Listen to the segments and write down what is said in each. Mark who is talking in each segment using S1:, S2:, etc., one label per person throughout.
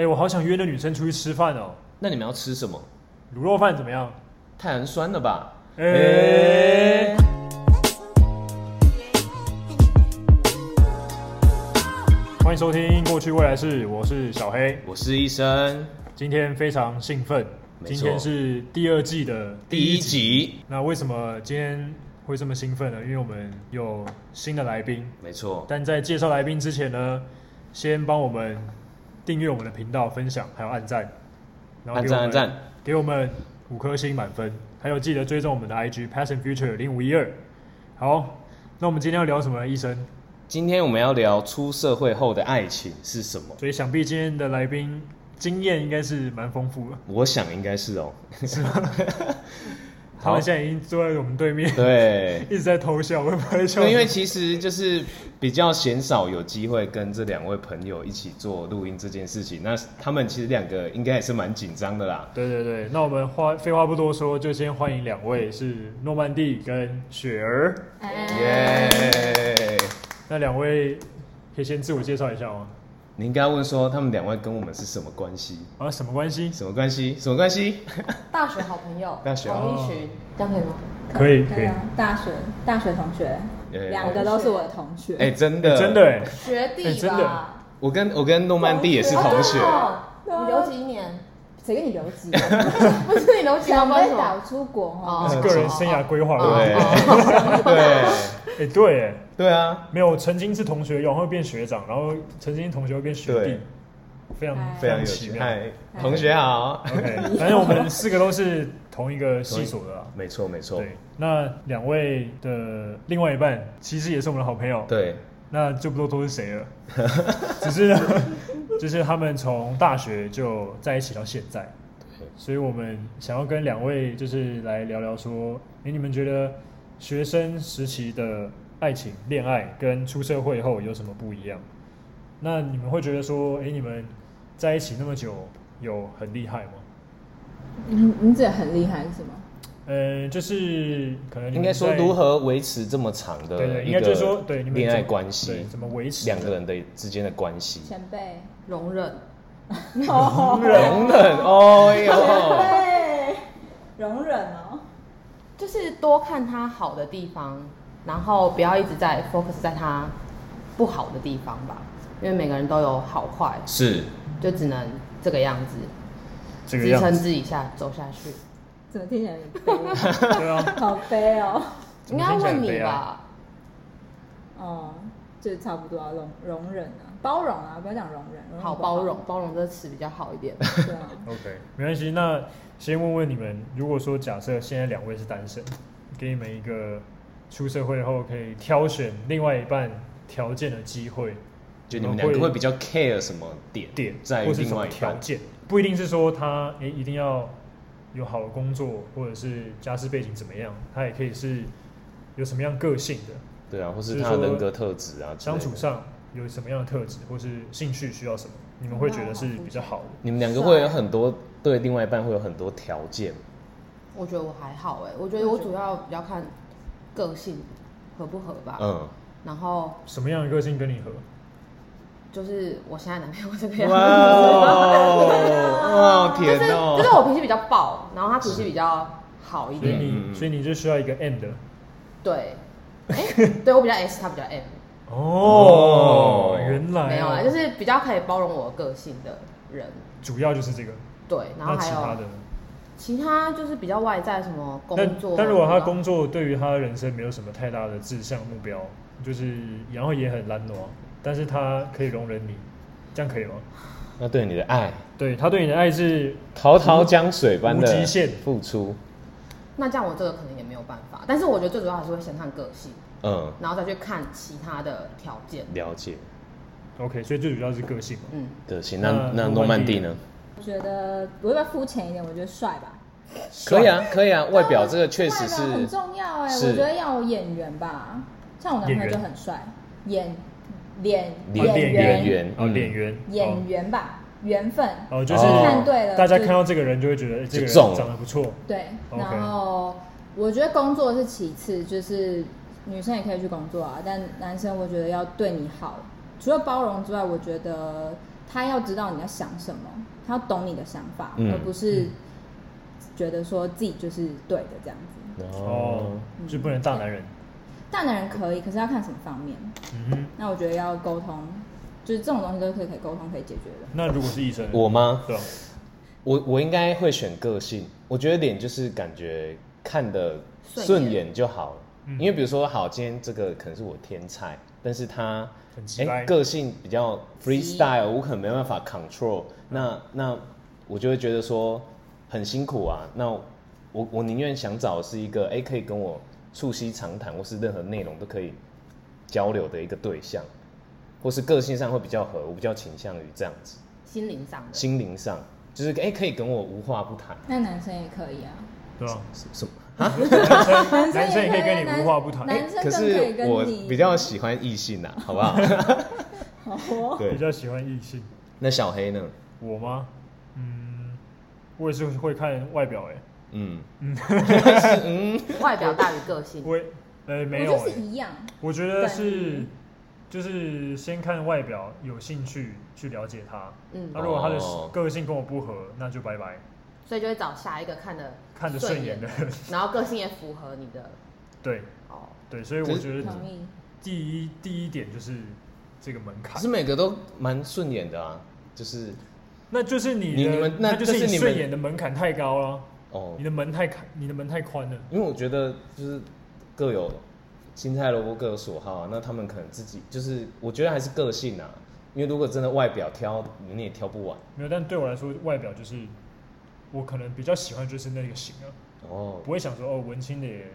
S1: 哎、我好想约那女生出去吃饭哦，
S2: 那你们要吃什么？
S1: 卤肉饭怎么样？
S2: 太寒酸了吧？
S1: 哎、
S2: 哎
S1: 欢迎收听《过去未来式》，我是小黑。
S2: 我是医生，
S1: 今天非常兴奋，
S2: 没
S1: 今
S2: 错
S1: 天是第二季的
S2: 第一。集，
S1: 那为什么今天会这么兴奋呢？因为我们有新的来宾，
S2: 没错，
S1: 但在介绍来宾之前呢，先帮我们订阅我们的频道、分享，还有按赞，然后
S2: 按
S1: 给我
S2: 赞
S1: 们
S2: 按赞，
S1: 给我们五颗星满分，还有记得追踪我们的 IG Passion Future 零五一二。好，那我们今天要聊什么呢？医生，
S2: 今天我们要聊出社会后的爱情是什么？
S1: 所以想必今天的来宾经验应该是蛮丰富的，
S2: 我想应该是哦，
S1: 他们现在已经坐在我们对面，，
S2: 对
S1: 一直在偷笑，我也不会笑。
S2: 对，因为其实就是比较鲜少有机会跟这两位朋友一起做录音这件事情，那他们其实两个应该也是蛮紧张的啦。
S1: 对对对，那我们话废话不多说，就先欢迎两位是诺曼底跟雪儿。
S3: 哎
S2: 耶、
S1: 那两位可以先自我介绍一下吗？
S2: 你应该问说他们两位跟我们是什么关系？
S1: 啊，什么关系？
S2: 什么关系？什么关系？
S3: 大学好 朋友，
S2: 大学
S3: 同一群，这样可以吗？
S1: 可以可
S4: 对
S1: 以
S4: 啊，，大学大学同学，
S3: 呃
S2: 哎
S4: 两个都是我的同学。
S2: 哎、真的，
S1: 真的哎，
S3: 学
S1: 哎
S3: 弟
S1: 真的
S3: 吧，
S2: 我跟我跟诺曼底也是同学，
S3: 哦
S4: 对啊
S3: 你留几年？
S4: 谁跟你留级？啊
S3: 不是你留几年，
S4: 想
S3: 不然
S4: 被
S3: 什
S4: 导
S3: 么？
S4: 出国
S3: 哎哦
S4: 哈？
S1: 是个人生涯规划
S3: 哦
S1: 对
S2: 对
S1: 不
S2: 对
S1: 对？哎，对哎，
S2: 对啊，
S1: 没有，曾经是同学，然后变学长，然后曾经同学又变学弟
S2: 对，
S1: 非常
S4: 哎
S2: 非常有
S1: 奇
S2: 趣。
S1: 妙。
S2: 嗨，同学好，
S1: OK，反正我们四个都是同一个系所的啦。啊
S2: 没错没错，
S1: 对，那两位的另外一半其实也是我们的好朋友，
S2: 对
S1: 那就不多说是谁 了，只是呢就是他们从大学就在一起到现在，所以我们想要跟两位就是来聊聊说，哎、你们觉得学生时期的爱情、恋爱跟出社会后有什么不一样？那你们会觉得说，哎、你们在一起那么久，有很厉害吗？
S4: 你你这很厉害是吗？
S1: 呃，就是可能你们
S2: 应该说
S1: 在
S2: 如何维持这么长
S1: 对
S2: 的
S1: 对，
S2: 一
S1: 应该就是说
S2: 个
S1: 对你们
S2: 恋
S1: 怎
S2: 爱
S1: 么
S2: 关
S1: 对
S2: 系，
S1: 怎么维持
S2: 两个人的之间的关系，
S4: 前辈，
S3: 容忍，哦
S4: 容
S2: 容忍，哦哟，
S4: 对，容忍 哦。
S3: 就是多看他好的地方，然后不要一直在 focus 在他不好的地方吧，因为每个人都有好坏，
S2: 是
S3: 就只能这个样子
S1: 这个
S3: 支
S1: 样
S3: 撑
S1: 子，
S3: 自己下走下去。
S4: 怎么听起来很悲？
S1: 对啊，
S4: 好悲哦。
S1: 怎
S3: 应
S1: 么
S3: 该
S1: 听起来
S3: 问
S1: 很
S3: 你
S1: 悲哀
S3: 吧，
S4: 哦，就差不多啊，容容忍啊，包容啊，不要讲容忍，容忍
S3: 好
S4: 不
S3: 包容，。包容这个词比较好一点。
S4: 对啊，
S1: OK，没关系。那先问问你们，如果说假设现在两位是单身，给你们一个出社会后可以挑选另外一半条件的机会，
S2: 就你们两个会比较 care 什么点
S1: 点
S2: 在于
S1: 或是
S2: 另
S1: 什么
S2: 外一
S1: 条
S2: 半，
S1: 件，不一定是说他诶、一定要有好的工作，或者是家世背景怎么样，他也可以是有什么样个性的，
S2: 对啊，或
S1: 就是是
S2: 他的
S1: 说
S2: 人格特质啊，
S1: 相处。上有什么样的特质，或是兴趣需要什么，你们会觉得是比较
S3: 哦
S1: 好的。
S2: 你们两个会有很多对另外一半会有很多条件，
S3: 我觉得我还好哎、我觉得我主要比较看个性合不合吧，
S2: 嗯，
S3: 然后
S1: 什么样的个性跟你合？
S3: 就是我现在男朋友这个样
S2: 哇
S3: 子，
S2: 哦，哇
S3: 就是
S2: 甜
S3: 就
S2: 哦，
S3: 是我脾气比较暴，然后他脾气比较好一
S1: 所以
S3: 点，
S1: 你，
S2: 嗯
S1: 所以你就需要一个 end 的。
S3: 对，哎、 对我比较 S，他比较 M，
S1: 哦
S2: 哦，
S1: 原来啊
S3: 没有啊，就是比较可以包容我个性的人，
S1: 主要就是这个，
S3: 对，然后
S1: 那
S3: 还
S1: 其他
S3: 有
S1: 的呢？
S3: 其他就是比较外在什么工
S1: 但
S3: 作，啊
S1: 但如果他
S3: 然后
S1: 工作对于他的人生没有什么太大的志向目标，就是然后也很懒惰，啊但是他可以容忍你，这样可以吗？
S2: 那对你的爱，
S1: 对他对你的爱是
S2: 滔滔江水般的
S1: 无极限
S2: 付出，
S3: 那这样我这个可能也没有办法，但是我觉得最主要还是会先看个性，
S2: 嗯，
S3: 然后再去看其他的条件，
S2: 了解，
S1: OK，所以最主要是个性嘛。
S3: 嗯。
S2: 对，行，
S1: 那
S2: 那那
S1: 诺
S2: 诺
S1: 曼
S2: 曼
S1: 底
S2: 底呢？
S4: 我觉得我要不要肤浅一点？我觉得帅吧。
S2: 可以啊，可以啊，外表这个确
S4: 外
S2: 实
S4: 表很
S2: 是，
S4: 重要哎、
S2: 是
S4: 我觉得要有演员吧，像我男朋友就很帅，演脸
S2: 脸
S4: 演
S2: 脸
S4: 员
S2: 员
S1: 哦，
S2: 嗯
S1: 脸圆
S4: 演员吧，缘分
S1: 哦，哦就是
S2: 看
S4: 对了
S1: 大家
S4: 就
S1: 看到这个人就会觉得哎这个人
S2: 就中了
S1: 长得不错，
S4: 对。
S1: OK
S4: 然后我觉得工作是其次，就是女生也可以去工作啊，但男生我觉得要对你好，除了包容之外，我觉得他要知道你在想什么，他要懂你的想法，
S2: 嗯
S4: 而不是觉得说自己就是对的这样子。
S1: 哦
S2: 哦，，
S1: 就不能大男人。
S4: 大男人可以，可是要看什么方面。
S1: 嗯哼，
S4: 那我觉得要沟通，就是这种东西都是可以沟通可以解决的。
S1: 那如果是医生，
S2: 我吗？
S1: 对吧？
S2: 我我应该会选个性，我觉得脸就是感觉看的顺眼就好了。
S1: 嗯
S2: 因为比如说，好，今天这个可能是我天菜，但是他
S1: 很鸡
S2: 哎、
S1: 掰
S2: 个性比较 freestyle，我可能没办法 control，那那我就会觉得说很辛苦啊。那我我宁愿想找的是一个哎、可以跟我促膝长谈，或是任何内容都可以交流的一个对象，或是个性上会比较合，我比较倾向于这样子。
S3: 心灵上的，
S2: 心灵上，就是哎、诶可以跟我无话不谈，
S4: 那男生也可以啊，
S1: 对吧？
S2: 什什么？
S1: 男生
S4: 男
S1: 男生也可以跟你无话不
S4: 啊
S1: 谈，哎
S4: 男生
S2: 可
S4: 更可以
S2: 是
S4: 跟
S2: 我
S4: 你
S2: 比较喜欢异性啊，好不好？
S4: 好哦。
S1: 比
S2: 对，
S1: 较喜欢异性。
S2: 那小黑呢？
S1: 我吗？嗯，我也是会看外表哎诶、
S2: 嗯，
S3: 外表大于个性。
S1: 我也呃没
S4: 我
S1: 有、
S4: 就是
S1: 欸，
S4: 一样，
S1: 我觉得是
S4: 对
S1: 就是先看外表，有兴趣去了解他。
S3: 嗯
S1: 那如果他的
S2: 哦
S1: 个性跟我不合，那就拜拜，
S3: 所以就会找下一个看的
S1: 看着顺眼的，人。
S3: 然后个性也符合你的
S1: 对
S3: 哦。
S1: 对，所以
S2: 可
S1: 我
S2: 是
S1: 觉得
S4: 同意。
S1: 第一第一点就是这个门槛
S2: 可是，每个都蛮顺眼的啊，就是
S1: 那就是你的
S2: 你你们那
S1: 就
S2: 这
S1: 是
S2: 是你们
S1: 顺眼的门槛太高了，
S2: 哦
S1: 你，的门太宽，你的门太宽了。
S2: 因为我觉得就是各有青菜萝卜各有所好啊，那他们可能自己就是，我觉得还是个性啊，因为如果真的外表挑，你也挑不完
S1: 没有，但对我来说，外表就是我可能比较喜欢就是那个型啊，
S2: 哦。
S1: 不会想说哦文青的也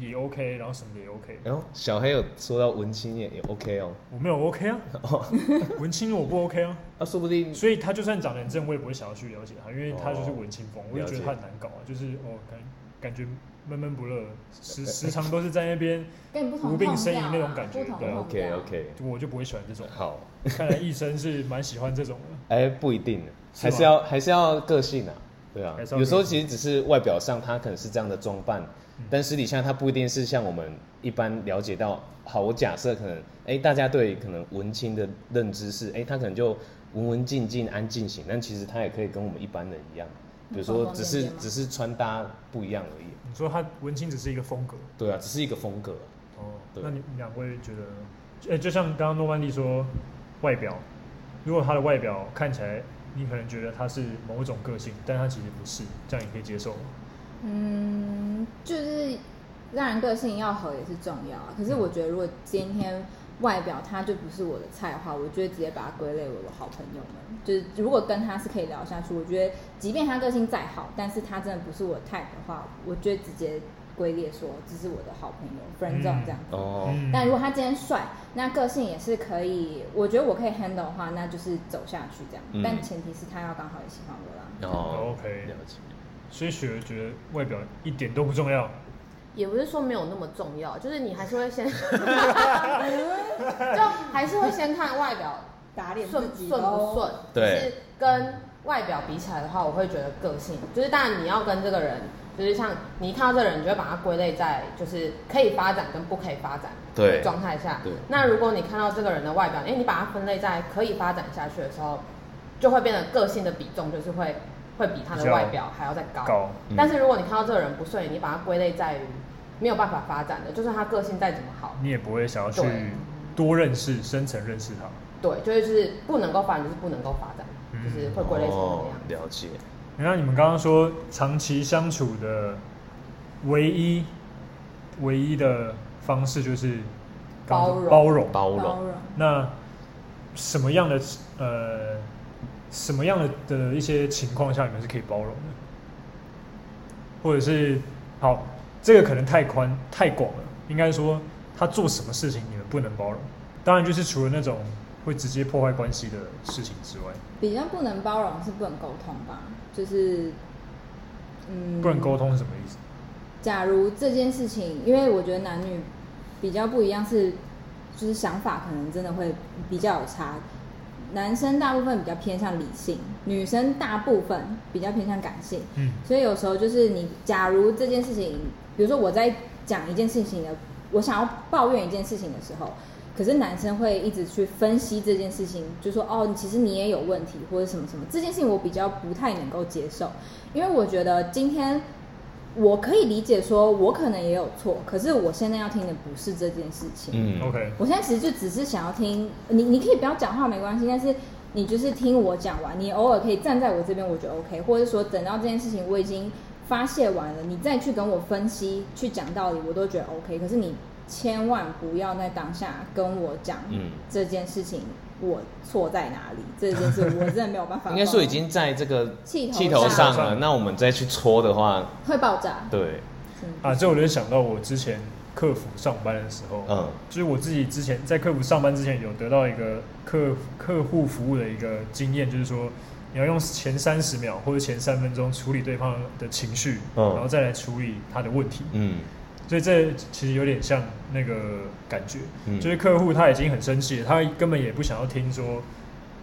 S1: 也 OK，然后什么的也 OK。
S2: 然后小黑有说到文青也也 OK 哦，
S1: 我没有 OK 啊， 文青我不 OK 啊，
S2: 那、说不定
S1: 所以他就算长得很正，我也不会想要去了解他，因为他就是文青风，
S2: 哦
S1: 我就觉得他很难搞啊，就是哦感感觉闷闷不乐，时时常都是在那边，
S4: 跟你不同
S1: 无病
S4: 痛
S1: 呻吟
S4: 调啊
S1: 那种感觉
S4: 不同
S1: 对
S4: 痛啊
S2: OK
S4: 调
S2: OK，
S1: 我就不会喜欢这种。
S2: 好。
S1: 看来医生是蛮喜欢这种的，
S2: 哎，不一定，
S1: 是吗
S2: 还是要还是要个性啊，对啊
S1: 还是。要
S2: 有时候
S1: 个性
S2: 其实只是外表上他可能是这样的装扮，
S1: 嗯
S2: 但私底下他不一定是像我们一般了解到。好，我假设可能，哎，大家对可能文青的认知是，哎，他可能就文文静静、安静型，但其实他也可以跟我们一般人一样，比如说
S4: 疯疯癫癫
S2: 只是
S4: 吗
S2: 只是穿搭不一样而已。
S1: 你说他文青只是一个风格
S2: 对啊，只是一个风格啊。
S1: 哦，
S2: 对
S1: 那你们两位觉得，呃，就像刚刚诺曼底说，外表，如果他的外表看起来，你可能觉得他是某种个性，但他其实不是，这样你可以接受吗？
S4: 嗯，就是让人个性要合也是重要啊。可
S2: 嗯
S4: 是我觉得，如果今天外表他就不是我的菜的话，我就会直接把他归类为我好朋友们。就是如果跟他是可以聊下去，我觉得即便他个性再好，但是他真的不是我 type 的话，我就会直接归列说这是我的好朋友 friend zone 这样子。
S2: 嗯哦，
S1: 嗯
S4: 但如果他今天帅，那个性也是可以，我觉得我可以 handle 的话，那就是走下去这样。
S2: 嗯
S4: 但前提是他要刚好也喜欢我啦。
S2: 哦
S1: OK
S2: 了解。
S1: 所以雪儿觉得外表一点都不重要，
S3: 也不是说没有那么重要，就是你还是会 先， 就还是会先看外表
S4: 打
S3: 顺顺不顺。
S2: 对
S3: 就是跟外表比起来的话，我会觉得个性，就是当然你要跟这个人，就是像你一看到这个人，你就会把他归类在就是可以发展跟不可以发展
S2: 对
S3: 的状态下。
S2: 对
S3: 那如果你看到这个人的外表，哎、你把它分类在可以发展下去的时候，就会变得个性的比重就是会会比他的
S1: 比较
S3: 外表还要再高。
S1: 高
S2: 嗯
S3: 但是如果你看到这个人不顺眼，你把它归类在于没有办法发展的，就算他个性再怎么好，
S1: 你也不会想要去
S3: 对
S1: 多认识、深层认识他。
S3: 对，就是不能够发展，就是不能够发展，
S1: 嗯
S3: 就是会归类成那样。
S2: 哦了解。
S1: 那你们刚刚说长期相处的唯一唯一的方式就是刚刚说
S3: 包
S1: 包容
S2: 包
S4: 包
S2: 容，
S4: 容。
S1: 那什么样的呃什么样的的呃一些情况下你们是可以包容的，或者是好这个可能太宽太广了，应该说他做什么事情你们不能包容，当然就是除了那种会直接破坏关系的事情之外，
S4: 比较不能包容是不能沟通吧，就是嗯，
S1: 不能沟。通是什么意思？
S4: 假如这件事情，因为我觉得男女比较不一样是，就是想法可能真的会比较有差。男生大部分比较偏向理性，女生大部分比较偏向感性。
S1: 嗯
S4: 所以有时候就是你，假如这件事情，比如说我在讲一件事情的，我想要抱怨一件事情的时候，可是男生会一直去分析这件事情，就说哦，其实你也有问题或者什么什么，这件事情我比较不太能够接受，因为我觉得今天我可以理解说我可能也有错，可是我现在要听的不是这件事情，
S2: 嗯
S1: OK，
S4: 我现在其实就只是想要听你，你可以不要讲话没关系，但是你就是听我讲完，你偶尔可以站在我这边，我觉得 OK，或者说等到这件事情我已经发泄完了，你再去跟我分析、去讲道理，我都觉得 OK。可是你千万不要在当下跟我讲
S2: 嗯
S4: 这件事情我错在哪里，这件事我真的没有办法。
S2: 应该说已经在这个
S4: 气头
S2: 头上
S1: 气头
S2: 了。
S1: 上
S2: 那我们再去戳的话，
S4: 会爆炸，
S2: 对，
S4: 嗯
S1: 啊，这我就想到我之前客服上班的时候，
S2: 嗯
S1: 就是我自己之前在客服上班之前有得到一个客客户服务的一个经验，就是说你要用前三十秒或者前三分钟处理对方的情绪，
S2: 嗯
S1: 然后再来处理他的问题。
S2: 嗯
S1: 所以这其实有点像那个感觉，
S2: 嗯
S1: 就是客户他已经很生气了，他根本也不想要听说，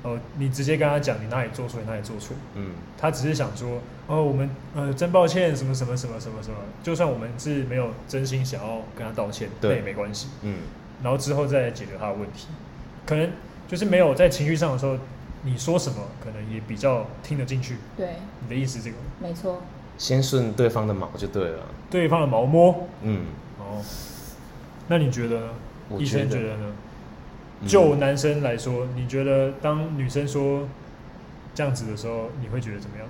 S1: 呃，你直接跟他讲你哪里做错，你哪里做错，
S2: 嗯
S1: 他只是想说，哦，我们呃真抱歉，什么什么什么什么什么，就算我们是没有真心想要跟他道歉，那
S2: 对
S1: 也没关系，
S2: 嗯
S1: 然后之后再来解决他的问题，可能就是没有在情绪上的时候，你说什么可能也比较听得进去，
S4: 对，
S1: 你的意思是这个，
S4: 没错，
S2: 先顺对方的毛就对了。
S1: 对方的毛摸，
S2: 嗯，
S1: 哦，那你觉得呢？
S2: 我
S1: 医生
S2: 觉
S1: 觉
S2: 得
S1: 得呢？
S2: 嗯
S1: 就男生来说，你觉得当女生说这样子的时候，你会觉得怎么样？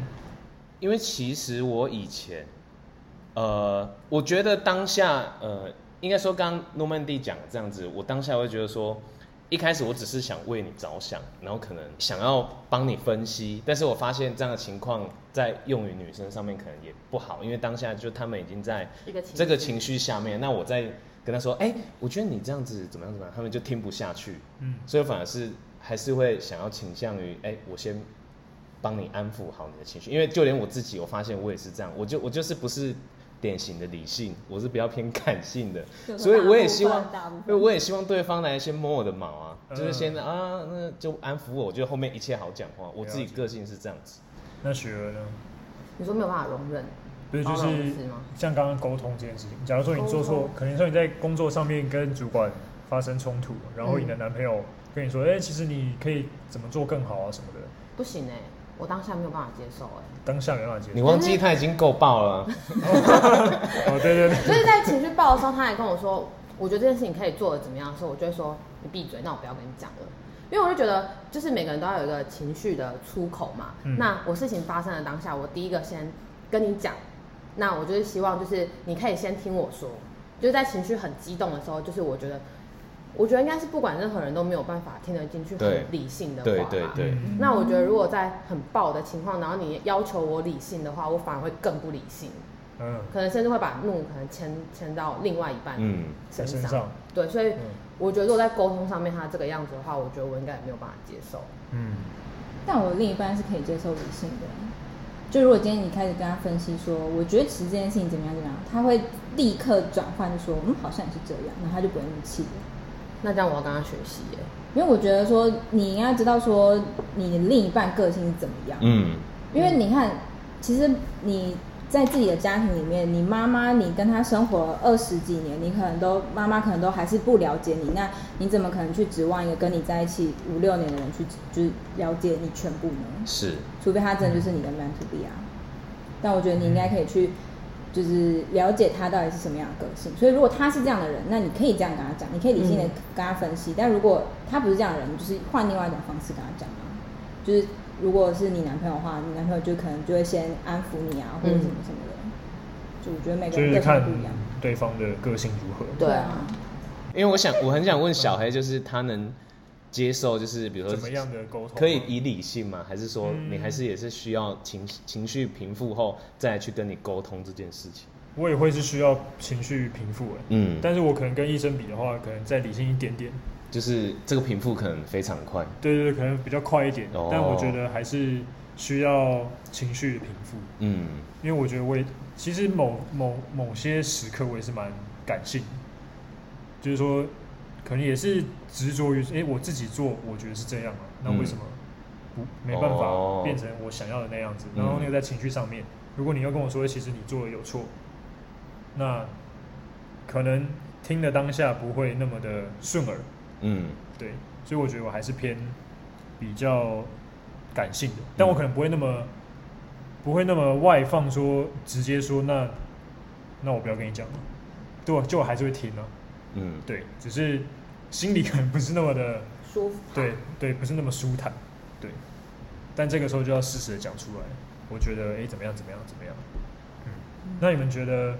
S2: 因为其实我以前，呃，我觉得当下，呃，应该说刚刚诺曼底讲的这样子，我当下会觉得说，一开始我只是想为你着想，然后可能想要帮你分析，但是我发现这样的情况在用于女生上面可能也不好，因为当下就他们已经在
S3: 一个情
S2: 哦这个
S3: 绪
S2: 情绪下面，那我再跟他说，哎、我觉得你这样子怎么样怎么样，他们就听不下去，
S1: 嗯，
S2: 所以反而是还是会想要倾向于，哎、我先帮你安抚好你的情绪，因为就连我自己，我发现我也是这样，我就我就是不是典型的理性，我是比较偏感性的，
S4: 就是
S2: 所以我也
S4: 大部分
S2: 希望
S4: 大部分
S2: 因为我也希望对方来先摸我的毛啊，
S1: 嗯
S2: 就是先啊，那就安抚我，我觉得后面一切好讲话。我自己个性是这样子，
S1: 那雪儿呢？
S3: 你说没有办法容忍，
S1: 不是，就
S3: 包容
S1: 是
S3: 是吗
S1: 像刚刚沟通这件事情。假如说你做
S3: 沟
S1: 错
S3: 通，
S1: 可能说你在工作上面跟主管发生冲突，然后你的男朋友跟你说：“哎、其实你可以怎么做更好啊什么的。
S3: 不行哎、我当下没有办法接受哎、”
S1: 当下没办法接
S2: 你
S1: 受。
S2: 忘 记他已经够爆了，
S1: 哦，对对对，
S3: 就是在情绪爆的时候，他还跟我说，我觉得这件事情可以做的怎么样的时候，我就会说你闭嘴，那我不要跟你讲了。因为我就觉得，就是每个人都要有一个情绪的出口嘛。
S1: 嗯
S3: 那我事情发生的当下，我第一个先跟你讲，那我就是希望就是你可以先听我说，就是在情绪很激动的时候，就是我觉得，我觉得应该是不管任何人都没有办法听得进去
S2: 对
S3: 很理性的话
S2: 对
S3: 吧。
S2: 对对，
S1: 嗯
S3: 那我觉得，如果在很爆的情况，然后你要求我理性的话，我反而会更不理性。
S1: 嗯，
S3: 可能甚至会把怒可能牵牵到另外一半
S2: 嗯，
S1: 在
S3: 身上。
S1: 身上，
S3: 对，所以
S1: 嗯
S3: 我觉得如果在沟通上面他这个样子的话，我觉得我应该也没有办法接受。
S1: 嗯，
S4: 但我另一半是可以接受理性的。就如果今天你开始跟他分析说，我觉得其实这件事情怎么样怎么样，他会立刻转换，就说嗯，好像也是这样，然后他就不会怒气了。
S3: 那这样我要跟他学习耶。
S4: 因为我觉得说，你应该知道说你的另一半个性是怎么样，
S2: 嗯，
S4: 因为你看，其实你在自己的家庭里面，你妈妈你跟她生活二十几年，你可能都妈妈可能都还是不了解你，那你怎么可能去指望一个跟你在一起五六年的人去就是了解你全部呢？
S2: 是，
S4: 除非他真的就是你的 man to be 啊。但我觉得你应该可以去，就是了解他到底是什么样的个性。所以如果他是这样的人，那你可以这样跟他讲，你可以理性的
S3: 嗯
S4: 跟他分析。但如果他不是这样的人，你就是换另外一种方式跟他讲啊。就是如果是你男朋友的话，你男朋友就可能就会先安抚你啊，或者什么什么的。
S3: 嗯
S4: 就我觉得每个
S1: 就
S4: 人
S1: 是
S4: 个性
S1: 看
S4: 不一样。
S1: 对方的个性如何。
S3: 对啊，
S2: 因为我想，我很想问小黑，就是他能接受，就是比如说
S1: 怎么样的沟通啊
S2: 可以以理性吗？还是说
S1: 嗯
S2: 你还是也是需要情情绪平复后再去跟你沟通这件事情？
S1: 我也会是需要情绪平复的，
S2: 嗯，
S1: 但是我可能跟医生比的话，可能再理性一点点，
S2: 就是这个平复可能非常快。
S1: 对对对，可能比较快一点，
S2: 哦
S1: 但我觉得还是需要情绪的平复，
S2: 嗯
S1: 因为我觉得我也其实某某某些时刻我也是蛮感性的，就是说可能也是执着于，哎、我自己做我觉得是这样啊，那为什么不、没办
S2: 嗯哦
S1: 法变成我想要的那样子？
S2: 嗯
S1: 然后那个在情绪上面，如果你又跟我说，其实你做的有错，那可能听的当下不会那么的顺耳，
S2: 嗯，
S1: 对，所以我觉得我还是偏比较感性的，但我可能不会那么不会那么外放说直接说那那我不要跟你讲了，对我就我还是会听啊，
S2: 嗯，
S1: 对，只是心里可能不是那么的
S3: 舒服。
S1: 对对，不是那么舒坦，对，但这个时候就要适时的讲出来，我觉得诶怎么样怎么样怎么样，嗯，那你们觉得？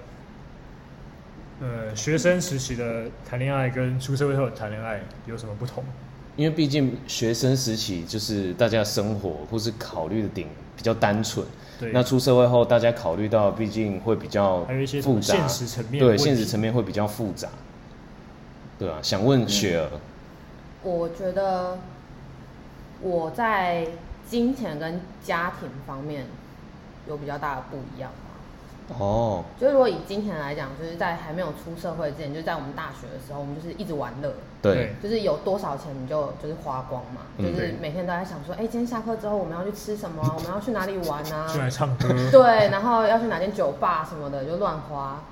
S1: 呃，学生时期的谈恋爱跟出社会后的谈恋爱有什么不同？
S2: 因为毕竟学生时期就是大家生活或是考虑的点比较单纯，
S1: 对，
S2: 那出社会后大家考虑到毕竟会比较
S1: 还有一些什
S2: 复
S1: 么
S2: 杂，
S1: 现实层面的
S2: 对
S1: 问题
S2: 现实层面会比较复杂，对啊，想问雪儿，
S3: 我觉得我在金钱跟家庭方面有比较大的不一样吧。
S2: 哦，
S3: 就是如果以金钱来讲，就是在还没有出社会之前，就是在我们大学的时候，我们就是一直玩乐，
S2: 对，
S3: 就是有多少钱你就就是花光嘛，
S2: 嗯
S3: 就是
S1: 对
S3: 每天都在想说，哎、今天下课之后我们要去吃什么啊、我们要去哪里玩啊？
S1: 就来唱歌，
S3: 对，然后要去哪间酒吧什么的，就乱花。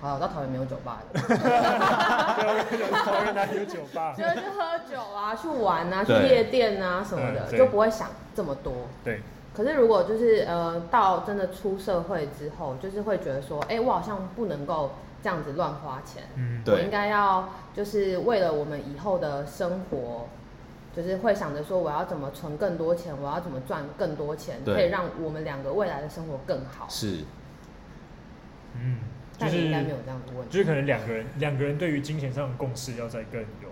S3: 好了，我到桃园没有酒吧的，
S1: 桃园哪里有酒吧
S3: 就？是去喝酒啊，去玩啊，去
S2: 对
S3: 夜店啊什么的，
S1: 对对
S3: 就不会想这么多。
S1: 对，
S3: 可是如果就是呃，到真的出社会之后，就是会觉得说，哎、我好像不能够这样子乱花钱，
S1: 嗯，
S2: 对
S3: 我应该要就是为了我们以后的生活，就是会想着说，我要怎么存更多钱，我要怎么赚更多钱，
S2: 对
S3: 可以让我们两个未来的生活更好。
S2: 是，
S1: 嗯，就
S3: 但你应该没
S1: 是
S3: 有这样的问题，
S1: 就是可能两个人两个人对于金钱上的共识要再更有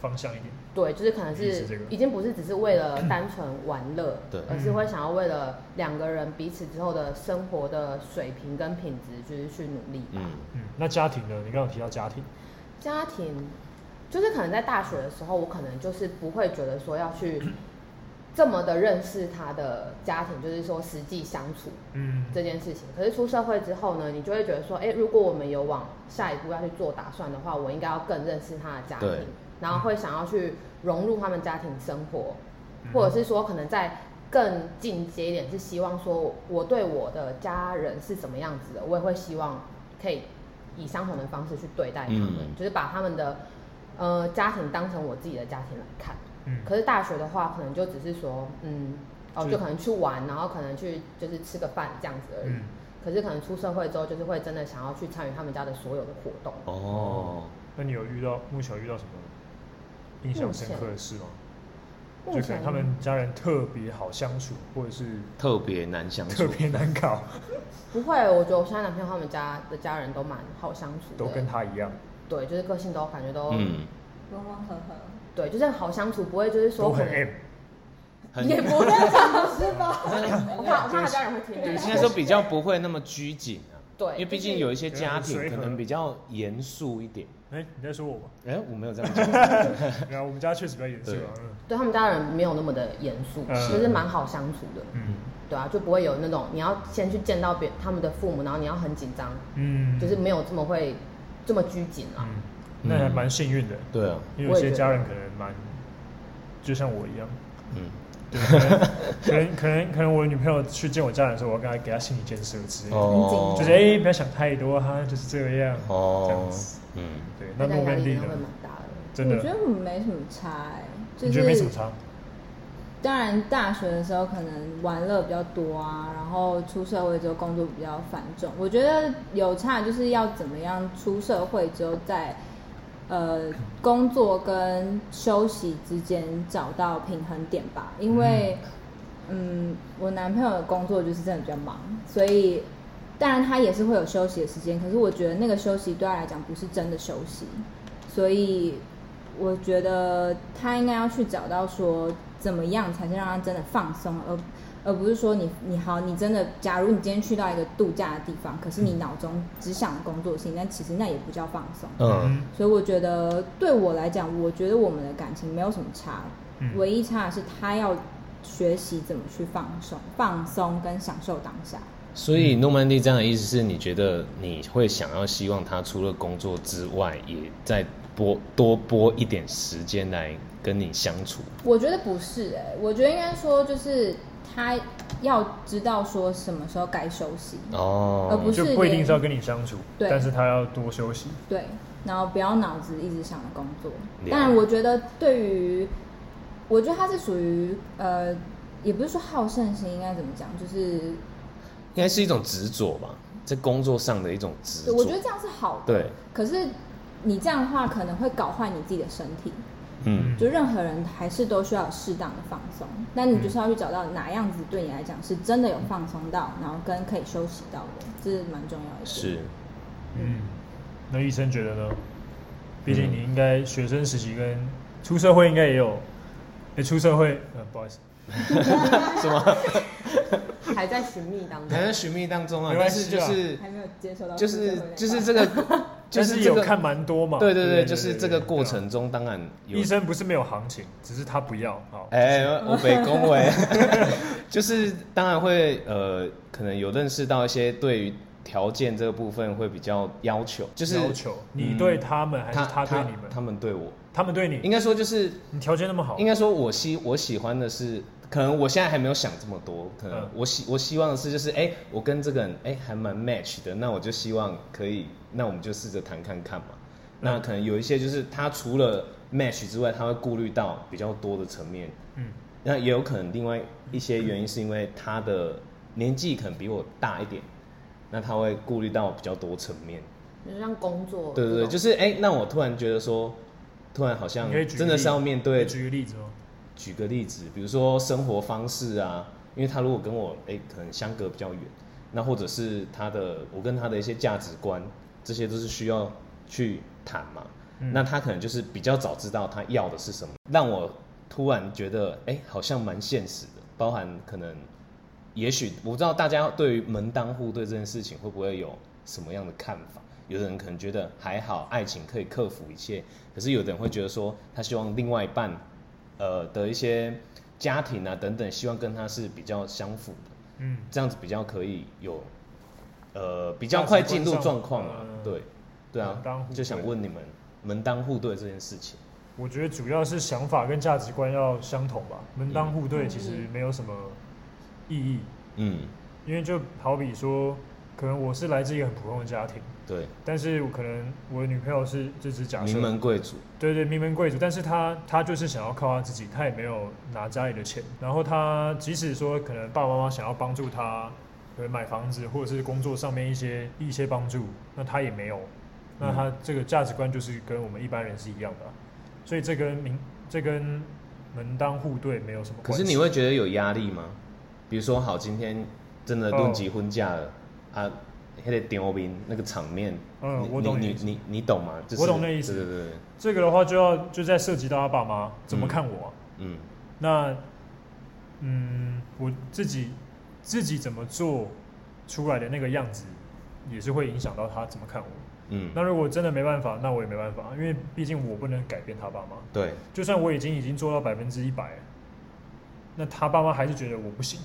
S1: 方向一点，
S3: 对，就是可能
S1: 一定
S3: 是
S1: 是这个
S3: 已经不是只是为了单纯玩乐，
S2: 对
S3: 而是会想要为了两个人彼此之后的生活的水平跟品质，就是去努力吧。
S2: 嗯，
S1: 嗯，那家庭呢？你刚刚有提到家庭，
S3: 家庭，就是可能在大学的时候，我可能就是不会觉得说要去这么的认识他的家庭，就是说实际相处
S1: 嗯，
S3: 这件事情。可是出社会之后呢，你就会觉得说，哎、如果我们有往下一步要去做打算的话，我应该要更认识他的家
S2: 对
S3: 庭，然后会想要去融入他们家庭生活，
S1: 嗯
S3: 或者是说可能在。更进阶一点是希望说，我对我的家人是什么样子的，我也会希望可以以相同的方式去对待他们，
S2: 嗯
S3: 就是把他们的呃家庭当成我自己的家庭来看。
S1: 嗯，
S3: 可是大学的话，可能就只是说，嗯，哦，
S1: 就
S3: 就可能去玩，然后可能去就是吃个饭这样子而已。
S1: 嗯
S3: 可是可能出社会之后，就是会真的想要去参与他们家的所有的活动。
S2: 哦，
S1: 那你有遇到目前有遇到什么印象深刻的事吗？就可能他们家人特别好相处，或者是
S2: 特别难相处
S1: 特，别难 搞，
S3: 不会，我觉得我现在男朋友他们家的家人都蛮好相处的，
S1: 都跟他一样，
S3: 对，就是个性都感觉都、
S2: 嗯，
S4: 温温和和，
S3: 对，就是好相处，不会就是说
S1: 都很
S3: 可能
S1: M，
S2: 很
S3: 也不会讲 是吧？我怕我怕他家人会听。
S2: 应该说比较不会那么拘谨啊，
S3: 对
S2: 因为毕
S3: 就
S2: 竟
S3: 是
S2: 有一些
S1: 对
S2: 家
S1: 很
S2: 庭
S1: 随
S2: 可
S1: 和
S2: 能比较严肃一点。
S1: 哎、你在说我吗？
S2: 哎，我没有这样讲，
S1: 然后我们家确实比较严肃啊，
S3: 对他们家人没有那么的严肃，
S1: 嗯
S3: 就是蛮好相处的，
S1: 嗯
S3: 对啊，就不会有那种你要先去见到别他们的父母，然后你要很紧张，
S1: 嗯，
S3: 就是没有这么会这么拘谨啊。
S1: 嗯，那还蛮幸运的，
S2: 对啊，
S1: 因为有些家人可能蛮，就像我一 样，
S2: 嗯，
S1: 对，可能可能可能可能我的女朋友去见我家人的时候，我要跟她给她心理建设之类的，
S2: 哦，
S1: 就是哎、诶不要想太多哈，就是这样，这样
S2: 哦
S1: 子，，
S2: 嗯，
S1: 对，
S3: 大
S1: 那
S3: 家
S1: 诺
S3: 压
S1: 曼
S3: 力
S1: 底
S3: 应
S1: 呢
S3: 该会？蛮大的。
S1: 真
S4: 我觉
S1: 的
S4: 得，我们没什么差、欸，就
S1: 你觉得没什
S4: 是
S1: 么差？
S4: 当然大学的时候可能玩乐比较多啊，然后出社会之后工作比较繁重。我觉得有差就是要怎么样出社会之后在呃工作跟休息之间找到平衡点吧，因为嗯，我男朋友的工作就是真的比较忙，所以当然他也是会有休息的时间，可是我觉得那个休息对他来讲不是真的休息，所以我觉得他应该要去找到说怎么样才是让他真的放松，而而不是说你你好，你真的假如你今天去到一个度假的地方，可是你脑中只想工作的事情，但其实那也不叫放松。
S2: 嗯，
S4: 所以我觉得对我来讲，我觉得我们的感情没有什么差，
S1: 嗯
S4: 唯一差的是他要学习怎么去放松、放松跟享受当下。
S2: 所以诺曼底这样的意思是你觉得你会想要希望他除了工作之外，也再拨多拨一点时间来跟你相处，
S4: 我觉得不是哎、我觉得应该说就是他要知道说什么时候该休息，
S2: 哦，
S4: 而不是
S1: 就不一定是要跟你相处，
S4: 对
S1: 但是他要多休息，
S4: 对，然后不要脑子一直想着工作。
S2: 了
S4: 当然，我觉得对于，我觉得他是属于呃，也不是说好胜心，应该怎么讲，就是
S2: 应该是一种执着吧，在工作上的一种执
S4: 对
S2: 着。
S4: 我觉得这样是好的。
S2: 对，
S4: 可是你这样的话，可能会搞坏你自己的身体。
S2: 嗯，
S4: 就任何人还是都需要有适当的放松，但你就是要去找到哪样子对你来讲是真的有放松到，然后跟可以休息到的，这是蛮重要的。
S2: 是，
S1: 嗯，那医生觉得呢？毕
S4: 嗯
S1: 竟你应该学生时期跟出社会应该也有，哎、出社会，呃，不好意思，
S3: 还在寻觅当中
S2: 还。在寻觅当中啊
S1: 没，
S2: 但
S1: 关
S2: 是
S1: 系
S2: 就
S1: 啊
S2: 是
S4: 还没有接受到
S2: 就
S4: 社会
S2: 是
S4: 的
S2: 就是
S4: 帮
S2: 这 个，就
S1: 但
S2: 啊是
S1: 是
S2: 这
S1: 有
S2: 个
S1: 看蛮多嘛。
S2: 对
S1: 对
S2: 对对，就是这个
S1: 对
S2: 过
S1: 对啊
S2: 程中，当然有
S1: 医生不是没有行情，只是他不要。好，
S2: 哎、我被恭 维，就是当然会呃，可能有认识到一些对于条件这个部分会比较要求，就是嗯
S1: 要求你对他们还是他对你们？
S2: 他们对我，
S1: 他们对你，
S2: 应该说就是
S1: 你条件那么好
S2: 应，该说我希我喜欢的是，可能我现在还没有想这么多，可能
S1: 嗯
S2: 我希我希望的是就是哎、我跟这个人哎、还蛮 match 的，那我就希望可以，那我们就试着谈看看嘛。
S1: 嗯
S2: 那可能有一些就是他除了 match 之外，他会顾虑到比较多的层面，
S1: 嗯，
S2: 那也有可能另外一些原因是因为他的年纪可能比我大一点，那他会顾虑到比较多层面。
S3: 就是像工作，
S1: 哦
S2: 对对对，就是是哎、那我突然觉得说，突然好像
S1: 你可以举
S2: 真的是要面对
S1: 你举个例子哦。
S2: 举个例子，比如说生活方式啊，因为他如果跟我诶可能相隔比较远，那或者是他的我跟他的一些价值观，这些都是需要去谈嘛。
S1: 嗯
S2: 那他可能就是比较早知道他要的是什么，让我突然觉得诶好像蛮现实的，包含可能也许我不知道大家对于门当户对这件事情会不会有什么样的看法？有的人可能觉得还好，爱情可以克服一切，可是有的人会觉得说，他希望另外一半，呃的一些家庭啊等等，希望跟他是比较相符的，
S1: 嗯，
S2: 这样子比较可以有，呃比较快进入状况啊
S1: 价值观上。呃
S2: 对，对啊
S1: 门当户，对
S2: 就想问你们门当户对这件事情，
S1: 我觉得主要是想法跟价值观要相同吧，门当户对其实没有什么意义，
S2: 嗯，
S1: 因为就好比说，可能我是来自一个很普通的家庭，
S2: 对，
S1: 但是我可能我的女朋友是这只假设
S2: 名，门贵族，
S1: 对对，名门贵族，但是她她就是想要靠她自己，她也没有拿家里的钱，然后她即使说可能爸爸妈妈想要帮助她，可能买房子或者是工作上面一些一些帮助，那她也没有，那她这个价值观就是跟我们一般人是一样的啊、所以这跟名这跟门当户对没有什么
S2: 可
S1: 关系。
S2: 是你会觉得有压力吗？比如说，好，今天真的论及婚嫁了、啊，还得丢兵那个场面，
S1: 嗯
S2: 你
S1: 我懂你
S2: 你你
S1: 意思
S2: 你你懂吗？就是、
S1: 我懂那意思
S2: 对对对，
S1: 这个的话就要就在涉及到他爸妈怎么看我啊、
S2: 嗯
S1: 那嗯，我自己自己怎么做出来的那个样子，也是会影响到他怎么看我。
S2: 嗯，
S1: 那如果真的没办法，那我也没办法，因为毕竟我不能改变他爸妈。
S2: 对，
S1: 就算我已经已经做到百分之一百，那他爸妈还是觉得我不行，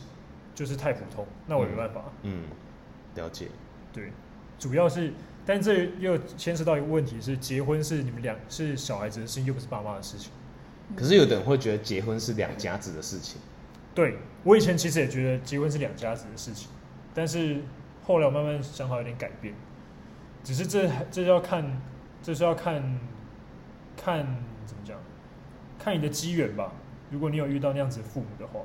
S1: 就是太普通，那我也没办法。
S2: 嗯，了解，
S1: 对，主要是，但这又牵涉到一个问题是，结婚是你们两是小孩子的事情，又不是爸妈的事情。
S2: 可是有的人会觉得结婚是两家子的事情，
S1: 对我以前其实也觉得结婚是两家子的事情，但是后来我慢慢想法有点改变，只是这这是要看，这是要看，看怎么讲，看你的机缘吧。如果你有遇到那样子的父母的话，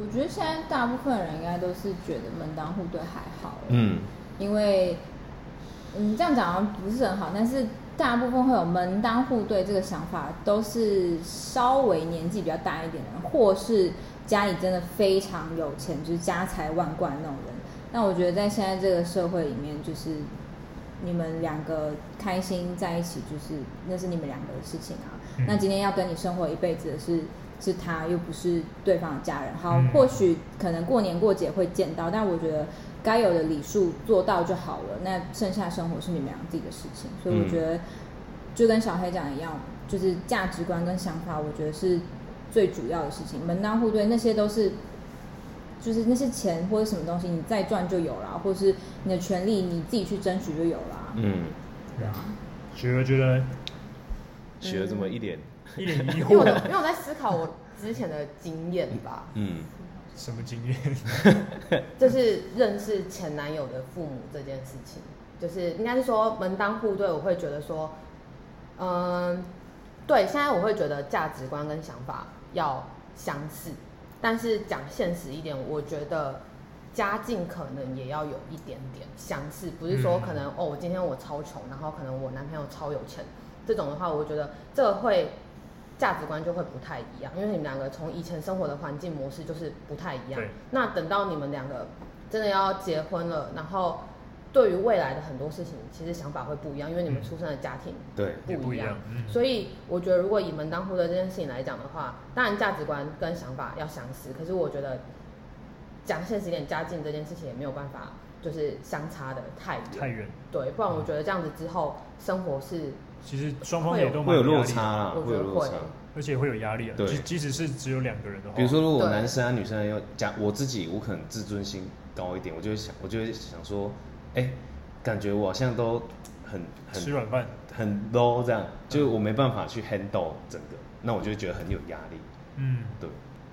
S4: 我觉得现在大部分人应该都是觉得门当户对还好，，
S2: 嗯，
S4: 因为嗯这样讲好像不是很好，但是大部分会有门当户对这个想法，都是稍微年纪比较大一点的人，或是家里真的非常有钱，就是家财万贯那种人。那我觉得在现在这个社会里面，就是你们两个开心在一起，就是那是你们两个的事情啊。
S1: 嗯
S4: 那今天要跟你生活一辈子的是是他，又不是对方的家人。好，
S1: 嗯
S4: 或许可能过年过节会见到，但我觉得该有的礼数做到就好了。那剩下生活是你们俩自己的事情，所以我
S2: 嗯
S4: 觉得就跟小黑讲的一样，就是价值观跟想法，我觉得是最主要的事情。门当户对那些都是就是那些钱或者什么东西，你再赚就有啦，或是你的权利你自己去争取就有啦。
S2: 嗯，
S1: 对啊，觉得觉得
S2: 学了这么一点，
S1: 一脸疑
S3: 因为我
S1: 惑，
S3: 因为我在思考我之前的经验吧，
S2: 嗯
S1: 什么经验？
S3: 就是认识前男友的父母这件事情，就是应该是说门当户对，我会觉得说，嗯，对，现在我会觉得价值观跟想法要相似，但是讲现实一点，我觉得家境可能也要有一点点相似，不是说
S1: 嗯
S3: 可能、哦，我今天我超穷，然后可能我男朋友超有钱，这种的话，我觉得这个会价值观就会不太一样，因为你们两个从以前生活的环境模式就是不太一样
S1: 对。
S3: 那等到你们两个真的要结婚了，然后对于未来的很多事情，其实想法会不一样，因为你们
S1: 嗯
S3: 出生的家庭
S2: 对
S1: 也
S3: 不
S1: 不
S3: 一
S1: 一
S3: 样
S1: 样。嗯
S3: 所以我觉得，如果以门当户对这件事情来讲的话，当然价值观跟想法要相似，可是我觉得讲现实一点，家境这件事情也没有办法就是相差的太远。
S1: 太远，
S3: 对，不然我觉得这样子之后生活是，
S1: 其实双方也都蛮
S2: 会有
S1: 压
S2: 落
S1: 力
S2: 差
S1: 的，
S2: 啦，
S3: 我觉
S2: 会有
S3: 得
S2: 落差
S3: 会。。
S1: 而且会有压力啊。
S2: 对
S1: 即即使是只有两个人的话，
S2: 比如说，如果我
S3: 对
S2: 男生啊、女生啊要讲我自己，我可能自尊心高一点，我就会想，我就会想说，哎、感觉我好像都很
S1: 吃
S2: 很
S1: 软饭，
S2: 很 low 这样，就是我没办法去 handle 整个，那我就会觉得很有压力。
S1: 嗯，
S2: 对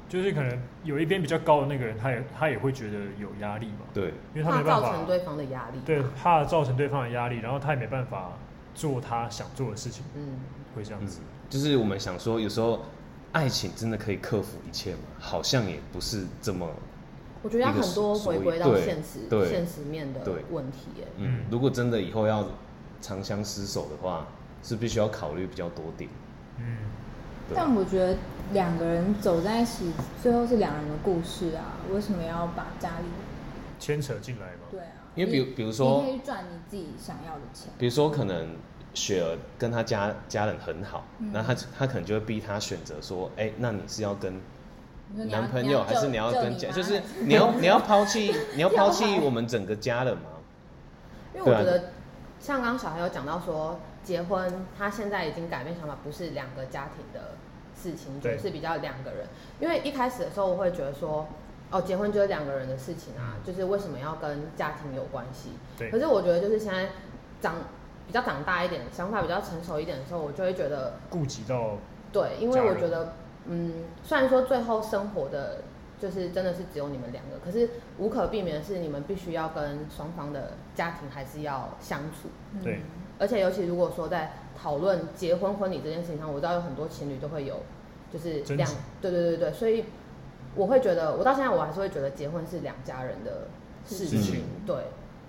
S1: 就是可能有一边比较高的那个人，他也他也会觉得有压力嘛，
S2: 对
S1: 因为他
S3: 怕
S1: 没办
S3: 造
S1: 法
S3: 成对方的压力。
S1: 对，怕造成对方的压力，然后他也没办法做他想做的事情，
S3: 嗯，
S1: 会这样子。
S2: 就是我们想说，有时候爱情真的可以克服一切吗？好像也不是这么，
S3: 我觉得要很多回归
S2: 一
S3: 到
S2: 个所谓
S3: 现实
S2: 对对
S3: 现实面的
S2: 对
S3: 问题耶。
S1: 嗯，
S2: 嗯如果真的以后要长相厮守的话，是必须要考虑比较多点。
S1: 嗯，
S2: 对
S4: 但我觉得两个人走在一起，最后是两人的故事啊，为什么要把家里？
S1: 牵扯进来嘛，
S4: 对啊，
S2: 因为比如
S4: 你
S2: 比如说
S4: 你可以去赚你自己想要的钱。
S2: 比如说，可能雪儿跟她家家人很好，
S4: 嗯
S2: 那她她可能就会逼她选择说，哎、那你是要跟
S4: 你说你要
S2: 男朋友还是
S4: 救
S2: 你要
S4: 救
S2: 跟
S4: 你
S2: 家？
S4: 妈
S2: 就是你要你要抛弃你要抛
S4: 要
S2: 弃
S4: 啊
S2: 我们整个家人吗？
S3: 因为我觉
S1: 啊
S2: 对
S3: 得，像刚刚小孩有讲到说，结婚他现在已经改变想法，不是两个家庭的事情，就
S1: 对
S3: 是比较两个人。因为一开始的时候，我会觉得说，哦，结婚就是两个人的事情啊，就是为什么要跟家庭有关系？
S1: 嗯对
S3: 可，是我觉得，就是现在长比较长大一点，想法比较成熟一点的时候，我就会觉得
S1: 顾及到
S3: 对，因为
S1: 家
S3: 我
S1: 人
S3: 觉得，嗯，虽然说最后生活的就是真的是只有你们两个，可是无可避免的是，你们必须要跟双方的家庭还是要相处。
S4: 嗯
S1: 对
S3: 而且尤其如果说在讨论结婚婚礼这件事情上，我知道有很多情侣都会有，就是
S1: 争
S3: 两
S1: 执
S3: 对对对对，所以我会觉得，我到现在我还是会觉得结婚是两家人的事
S2: 事情
S3: 对，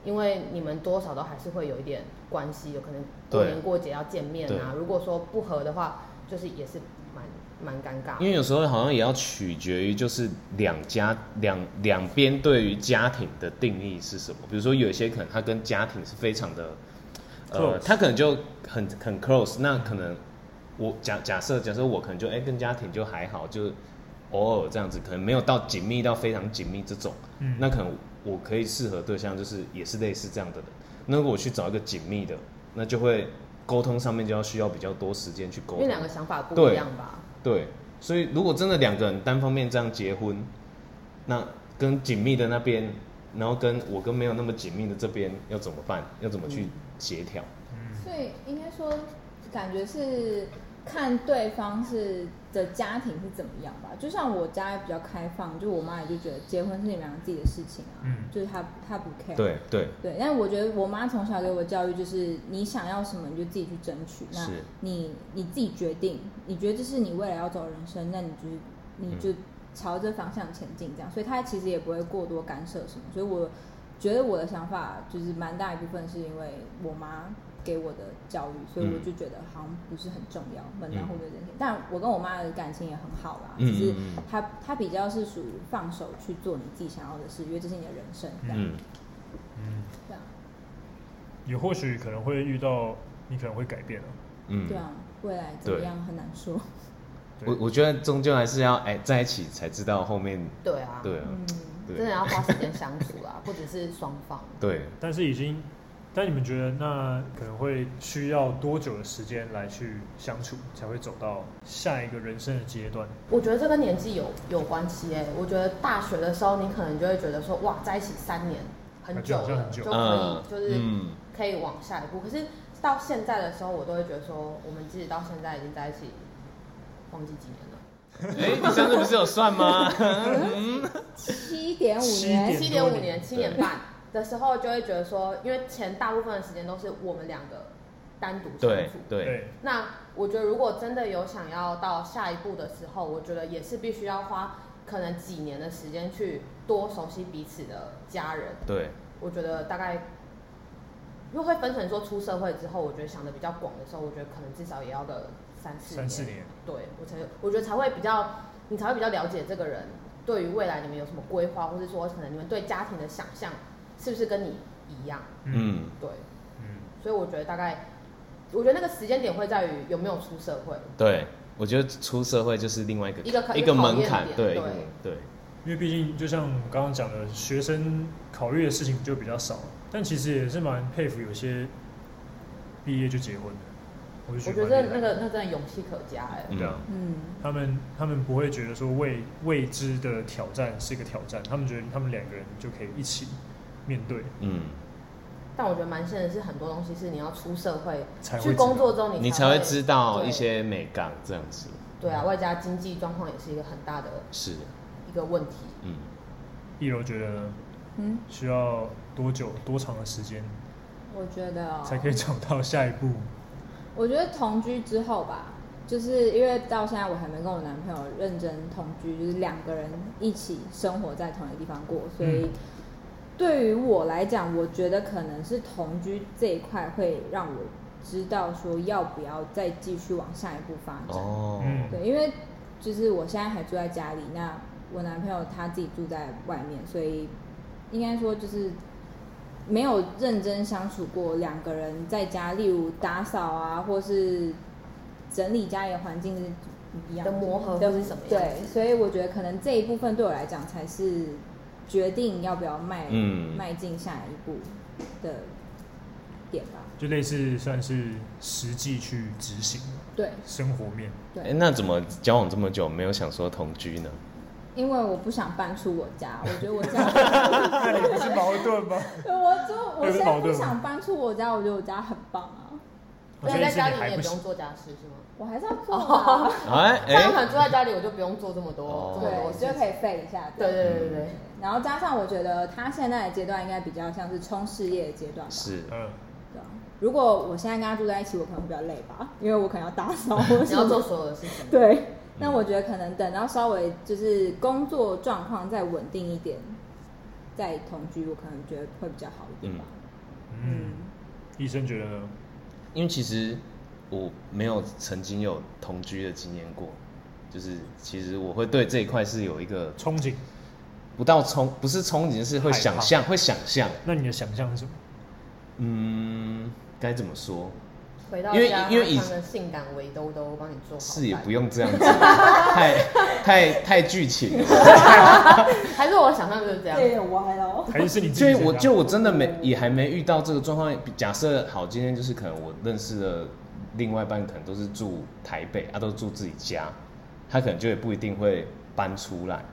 S3: 因为你们多少都还是会有一点关系，有可能过
S2: 对
S3: 年过节要见面啊，
S2: 对
S3: 如果说不合的话，就是也是蛮蛮尴尬的，
S2: 因为有时候好像也要取决于就是两家两两边对于家庭的定义是什么。比如说有一些可能他跟家庭是非常的，呃，
S1: Close
S2: 他可能就很很 close，那可能我假假设假设我可能就哎、跟家庭就还好，就偶尔这样子，可能没有到紧密到非常紧密这种。
S1: 嗯
S2: 那可能我可以适合对象就是也是类似这样的人。那如果我去找一个紧密的，那就会沟通上面就要需要比较多时间去沟
S3: 因
S2: 通。
S3: 为两个想法不
S2: 对
S3: 一样吧。
S2: 对，所以如果真的两个人单方面这样结婚，那跟紧密的那边，然后跟我跟没有那么紧密的这边要怎么办？要怎么去协调？
S1: 嗯，
S4: 所以应该说，感觉是看对方是的家庭是怎么样吧。就像我家比较开放，就我妈也就觉得结婚是你们俩自己的事情啊，
S1: 嗯
S4: 就是她她不 care。
S2: 对对
S4: 对，但我觉得我妈从小给我教育就是，你想要什么你就自己去争取，那
S2: 是
S4: 你你自己决定，你觉得这是你未来要走的人生，那你就是
S2: 嗯
S4: 你就朝这方向前进这样。所以她其实也不会过多干涉什么。所以我觉得我的想法就是蛮大一部分是因为我妈给我的教育，所以我
S2: 嗯
S4: 就觉得好像不是很重要，门当
S2: 嗯
S4: 户对这些。但我跟我妈的感情也很好啦，
S2: 嗯
S4: 只是
S2: 嗯嗯
S4: 她她比较是属于放手去做你自己想要的事，因为这是你的人生这样。啊
S2: 嗯，
S1: 嗯，
S4: 这样
S1: 也或许可能会遇到，你可能会改变啊。
S2: 嗯
S4: 对啊，未来怎么样很难说。
S1: 对
S2: 我我觉得终究还是要哎、在一起才知道后面
S3: 对啊，
S2: 对啊，
S4: 嗯，
S2: 对
S3: 真的要花时间相处啦，不只是双方。
S2: 对，
S1: 但是已经，但你们觉得那可能会需要多久的时间来去相处，才会走到下一个人生的阶段？
S3: 我觉得这跟年纪有有关系哎、我觉得大学的时候，你可能就会觉得说，哇，在一起三年很久
S1: 感觉好像
S3: 了，
S1: 很
S3: 就
S1: 久
S3: 可以、
S2: 嗯
S3: 就是
S2: 嗯
S3: 可以往下一步。可是到现在的时候，我都会觉得说，我们自己到现在已经在一起，忘记几年了，
S2: 哎、你上 次不是有算吗？
S4: 七点五
S1: 七
S4: 年，
S1: 点
S3: 七点五
S1: 多年
S3: 年，七年半。的时候，就会觉得说，因为前大部分的时间都是我们两个单独相
S2: 对
S3: 处。
S2: 对，
S3: 那我觉得，如果真的有想要到下一步的时候，我觉得也是必须要花可能几年的时间去多熟悉彼此的家人。
S2: 对，
S3: 我觉得大概，如果会分成说出社会之后，我觉得想的比较广的时候，我觉得可能至少也要个三四
S1: 三四年，
S3: 对我才我觉得才会比较，你才会比较了解这个人对于未来你们有什么规划，或者说可能你们对家庭的想象是不是跟你一样？
S2: 嗯，
S3: 对，
S1: 嗯，
S3: 所以我觉得大概，我觉得那个时间点会在于有没有出社会。
S2: 对，我觉得出社会就是另外一个
S3: 一个考
S2: 一个门
S3: 一
S2: 槛，
S3: 个考验
S2: 对，一
S3: 点
S2: 个门对，
S1: 因为毕竟就像刚刚讲的，学生考虑的事情就比较少，但其实也是蛮佩服有些毕业就结婚的，我就觉
S3: 我觉
S1: 得
S3: 得
S1: 蛮厉害
S3: 那个那真的勇气可嘉哎、
S1: 对啊
S2: 嗯，
S4: 嗯，
S1: 他们他们不会觉得说未未知的挑战是一个挑战，他们觉得他们两个人就可以一起面对，
S2: 嗯，
S3: 但我觉得蛮羡的是很多东西是你要出社会
S1: 才会
S3: 去
S1: 知道
S3: 工作中你
S2: 你才
S3: 才
S2: 会知道
S3: 对
S2: 一些美感这样子，
S3: 对啊，外加经济状况也是一个很大的
S2: 是，
S3: 一个问题。
S2: 嗯，
S1: 一楼觉得呢
S4: 嗯，
S1: 需要多久多长的时间
S4: 我觉得、哦、
S1: 才可以找到下一步？
S4: 我觉得同居之后吧，就是因为到现在我还没跟我男朋友认真同居，就是两个人一起生活在同一个地方过，所以
S1: 嗯
S4: 对于我来讲，我觉得可能是同居这一块会让我知道说要不要再继续往下一步发展。
S2: 哦，
S1: 嗯
S4: 对，因为就是我现在还住在家里，那我男朋友他自己住在外面，所以应该说就是没有认真相处过两个人在家，例如打扫啊，或是整理家里的环境是不一样
S3: 的磨合
S4: 的
S3: 或是什么样
S4: 对，
S3: 子
S4: 所以我觉得可能这一部分对我来讲才是决定要不要迈、
S2: 嗯
S4: 迈进下一步的点吧。
S1: 就类似算是实际去执行
S4: 对
S1: 生活面，
S4: 对。
S2: 哎，那怎么交往这么久没有想说同居呢？
S4: 因为我不想搬出我家，我觉得我家，
S1: 那你不是矛盾 吗？
S4: 我就我
S1: 有
S4: 现在
S1: 矛
S4: 不
S1: 盾吗
S4: 想搬出我家，我觉得我家很棒啊，
S1: 所
S3: 那
S1: 以
S3: 在
S1: 是
S3: 家
S1: 你
S3: 里你
S1: 还
S3: 也
S1: 不
S3: 不
S1: 行
S3: 用。做家事是吗？
S4: 我还是要做
S3: 哦
S4: 啊，
S2: 哎
S3: 像我可
S2: 哎，
S3: 能住在家里，我就不用做这么多
S2: 哦
S3: 这么
S4: 对，
S3: 多
S4: 我
S3: 事
S4: 就
S3: 情。
S4: 可以废一下。
S3: 对对对对 对，
S4: 然后加上我觉得他现在的阶段应该比较像是冲事业的阶段吧，
S2: 是，
S1: 嗯，
S4: 对啊如果我现在跟他住在一起，我可能会比较累吧，因为我可能要打扫，我
S3: 你要做所有的事情。
S1: 嗯
S4: 对，那我觉得可能等到稍微就是工作状况再稳定一点，再同居，我可能觉得会比较好一点吧。
S1: 嗯，医生觉得呢？
S2: 因为其实我没有曾经有同居的经验过，就是其实我会对这一块是有一个
S1: 憧憬，
S2: 不到憧，不是憧憬，是会
S1: 害怕
S2: 想象，会想象，
S1: 那你的想象是什么？
S2: 嗯，该怎么说？
S3: 回到
S2: 因为
S3: 家，
S2: 因为以
S3: 穿个性感围兜兜，帮你做好。
S2: 是也不，用 这样子，太太太剧情了。
S3: 还是我想象就是这样。
S4: 对，我还有。哦
S1: 还是是你自己
S2: 所以
S1: 想象？
S2: 我就我真的没也还没遇到这个状况。假设好，今天就是可能我认识的另外一半可能都啊是住台北，啊，都是住自己家，他可能就也不一定会搬出来，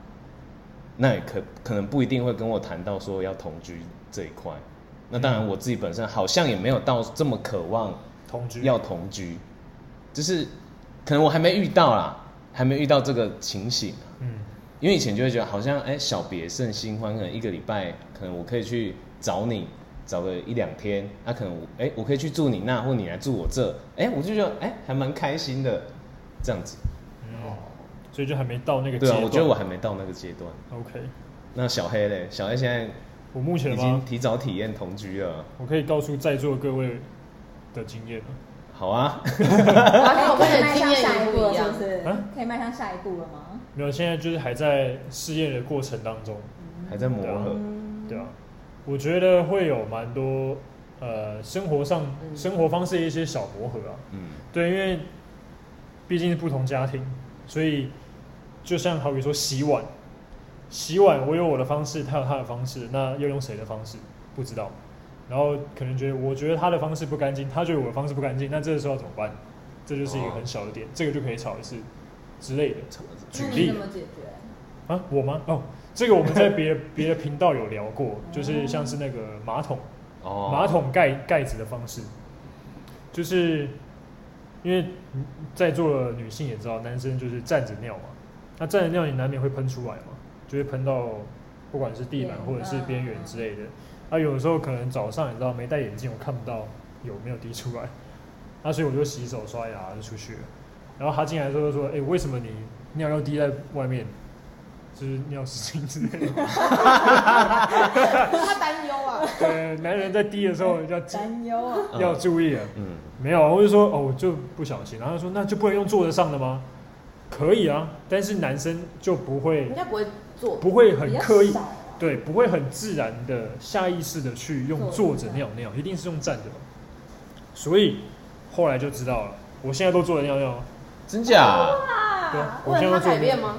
S2: 那也可可能不一定会跟我谈到说要同居这一块。那当然，我自己本身好像也没有到这么渴望
S1: 同嗯居
S2: 要同居，就是可能我还没遇到啦，还没遇到这个情形。
S1: 嗯
S2: 因为以前就会觉得好像哎、小别胜新欢，可能一个礼拜，可能我可以去找你，找个一两天，那、可能我哎、我可以去住你那，或你来住我这，哎、我就觉得哎、还蛮开心的，这样子。
S1: 嗯，所以就还没到那个阶
S2: 对啊，
S1: 段。
S2: 我觉得我还没到那个阶段。
S1: OK。
S2: 那小黑嘞，小黑现在
S1: 我目前
S2: 已
S1: 吗
S2: 经？提早体验同居了，
S1: 我可以告诉在座各位的经验了。
S2: 好 啊，
S3: 然后我们
S4: 哎可以
S3: 的
S4: 迈
S3: 经
S4: 向
S3: 验
S4: 下
S3: 也
S4: 一步
S3: 不
S4: 了，
S3: 一
S4: 是
S3: 样
S4: 不。是
S1: 啊？
S4: 可以迈向下一步了吗？
S1: 没有，现在就是还在试验的过程当中，
S2: 还在磨合，
S1: 对啊，我觉得会有蛮多呃生活上
S3: 嗯
S1: 生活方式的一些小磨合啊，
S2: 嗯
S1: 对，因为毕竟是不同家庭，所以就像好比说洗碗，洗碗我有我的方式，他有他的方式，那要用谁的方式不知道。然后可能觉得我觉得他的方式不干净，他觉得我的方式不干净，那这个时候要怎么办？这就是一个很小的点，这个就可以吵一次之类的举
S4: 那你
S1: 例
S4: 怎么解决？
S1: 啊，我吗？哦，这个我们在别的 别的频道有聊过，就是像是那个马桶。
S2: 哦，
S1: 马桶盖盖子的方式，就是因为在座的女性也知道，男生就是站着尿嘛，那站着尿你难免会喷出来嘛，就会喷到不管是地板
S4: 嗯
S1: 或者是边缘之类的。啊，有的时候可能早上你知道没戴眼镜，我看不到有没有滴出来， 啊，所以我就洗手刷牙就出去了。然后他进来之后就说：“哎、为什么你尿要滴在外面？就是尿失禁之类的。
S4: 他担忧 啊，”
S1: 对，男人在滴的时候要注
S4: 担忧啊，
S1: 要注意啊。
S2: 嗯，
S1: 没有啊，我就说哦，我就不小心。然后他说那就不能用坐得上的吗？可以啊，但是男生就不会
S3: 应该不会做，
S1: 不会很刻
S4: 比
S1: 意
S4: 较，少啊
S1: 对，不会很自然的下意识的去用坐
S4: 坐着
S1: 着尿尿，一定是用站着嘛。所以后来就知道了，我现在都坐着尿尿，
S2: 真假？
S1: 对
S4: 啊，
S1: 啊，我
S3: 为
S1: 现在
S3: 了
S1: 都坐
S3: 他
S1: 着
S3: 改
S1: 尿
S3: 变
S1: 尿。
S3: 吗？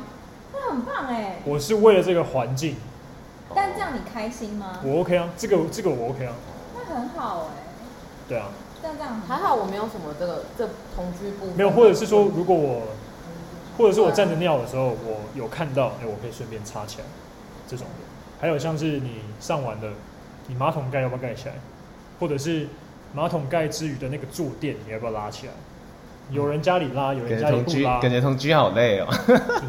S4: 那很棒哎。
S1: 我是为了这个环境，
S4: 但这样你开心吗？
S1: 我 OK 啊，这个这个我 OK 啊，
S4: 那很好哎，
S1: 对啊，
S4: 但这样很
S3: 还好我没有什么这个这同居部分
S1: 没有，或者是说如果我，或者是我站着尿的时候，我有看到，哎、我可以顺便插起来，这种的。还有像是你上完了，你马桶盖要不要盖起来，或者是马桶盖之余的那个坐垫，你要不要拉起来？有人家里拉，有
S2: 感
S1: 人
S2: 觉
S1: 家里
S2: 同
S1: 不
S2: 居，
S1: 拉，
S2: 感觉同居好累哦。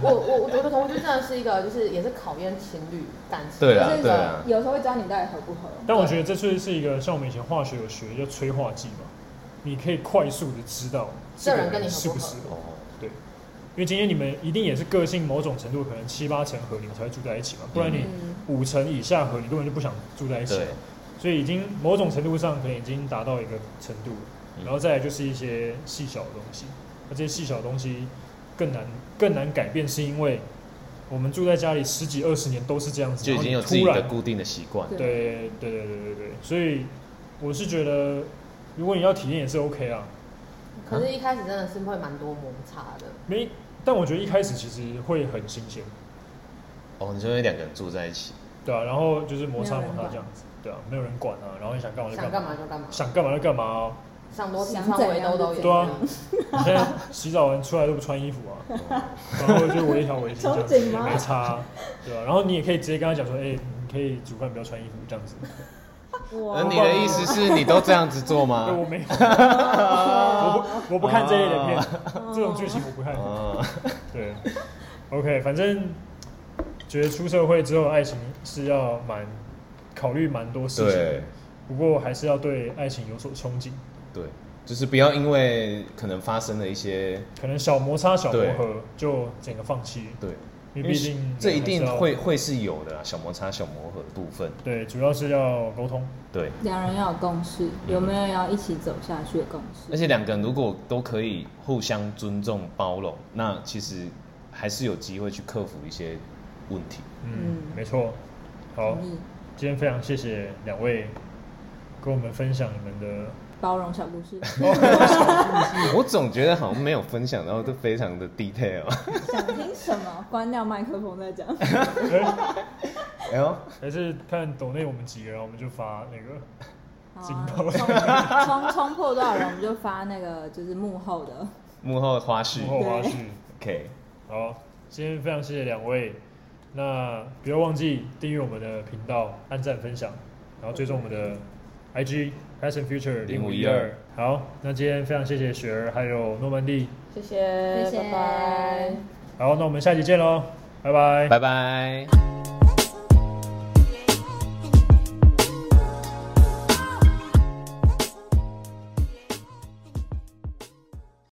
S3: 我我我觉得同居真的是一个，就是也是考验情侣感情。
S2: 对啊
S4: 就是
S2: 对啊
S4: 有时候会知道你到底合不合。
S1: 但我觉得这次是一个像我们以前化学有学叫催化剂嘛，你可以快速的知道
S3: 这人
S1: 个
S3: 跟你合不
S1: 适不
S3: 合
S1: 适合。
S2: 哦，
S1: 对，因为今天你们一定也是个性某种程度可能七八成合，你们才会住在一起嘛，不然你
S3: 嗯
S1: 五成以下合，你根本就不想住在一起
S2: 对，，
S1: 所以已经某种程度上可能已经达到一个程度了
S2: 嗯
S1: 然后再来就是一些细小的东西，那这些细小的东西更难更难改变，是因为我们住在家里十几二十年都是这样子，
S2: 就已经有
S1: 然后
S2: 自
S1: 你
S2: 己
S1: 突然
S2: 的固定的习惯。
S4: 对
S1: 对对对对对对，所以我是觉得，如果你要体验也是 OK 啊，
S3: 可是，一开始真的是会蛮多摩擦的。
S1: 没，但我觉得一开始其实会很新鲜，
S2: 哦，你就会两个人住在一起，
S1: 对啊，然后就是摩擦
S4: 没有
S1: 摩擦
S4: 人管
S1: 这样子，对啊，没有人管啊，然后你想干嘛就
S3: 想干
S1: 干
S3: 嘛就干嘛，
S1: 想干嘛就干嘛哦、
S3: 想多平
S4: 想
S3: 穿
S4: 怎
S3: 围
S4: 样
S3: 兜都
S4: 就
S3: 有。
S1: 对啊，你现在洗澡完出来都不穿衣服啊，然后就围一条围巾这样子，
S4: 憧憬
S1: 也
S4: 吗
S1: 没差啊、对啊，然后你也可以直接跟他讲说，哎、你可以煮饭不要穿衣服这样子，
S2: 那你的意思是你都这样子做
S1: 对，哎我
S2: 吗？
S1: 没有，我不我不看这类的片，这种剧情我不看。
S2: 啊，
S1: 对，OK，反正觉得出社会之后，爱情是要蛮考虑蛮多事情的
S2: 对，
S1: 不过还是要对爱情有所憧憬。
S2: 对，就是不要因为可能发生了一些
S1: 可能小摩擦、小磨
S2: 对
S1: 合就整个放弃，
S2: 对，
S1: 因为毕竟
S2: 因为这一定
S1: 还是要
S2: 会会是有的啊，小摩擦、小磨合的部分。
S1: 对，主要是要沟通。
S2: 对，
S4: 两人要有共识，
S1: 嗯
S4: 有没有要一起走下去的共识？
S2: 而且两个人如果都可以互相尊重、包容，那其实还是有机会去克服一些问题。
S1: 嗯
S4: 嗯，
S1: 没错。好，
S4: 同意
S1: 今天非常谢谢两位跟我们分享你们的
S4: 包容小故 事，
S2: 我总觉得好像没有分享，然后都非常的 detail。
S4: 想听什么？关掉麦克风再 讲。
S2: 哎呦，
S1: 还是看抖内我们几个，然后我们就发那个
S4: 好
S1: 劲
S4: 啊
S1: 爆
S4: 冲冲冲破多少人，我们就发那个就是幕后的。
S2: 幕后花絮
S1: 幕后花絮。
S2: ，OK，
S1: 好，今天非常谢谢两位。那不要忘记订阅我们的频道、按赞、分享，然后追踪我们的 IG Passion Future 零五一
S2: 0512
S1: 二。好，那今天非常谢谢雪儿还有诺曼底。
S3: 谢谢，
S4: 谢谢
S3: 拜拜。
S1: 好，那我们下期见喽，拜拜。
S2: 拜拜。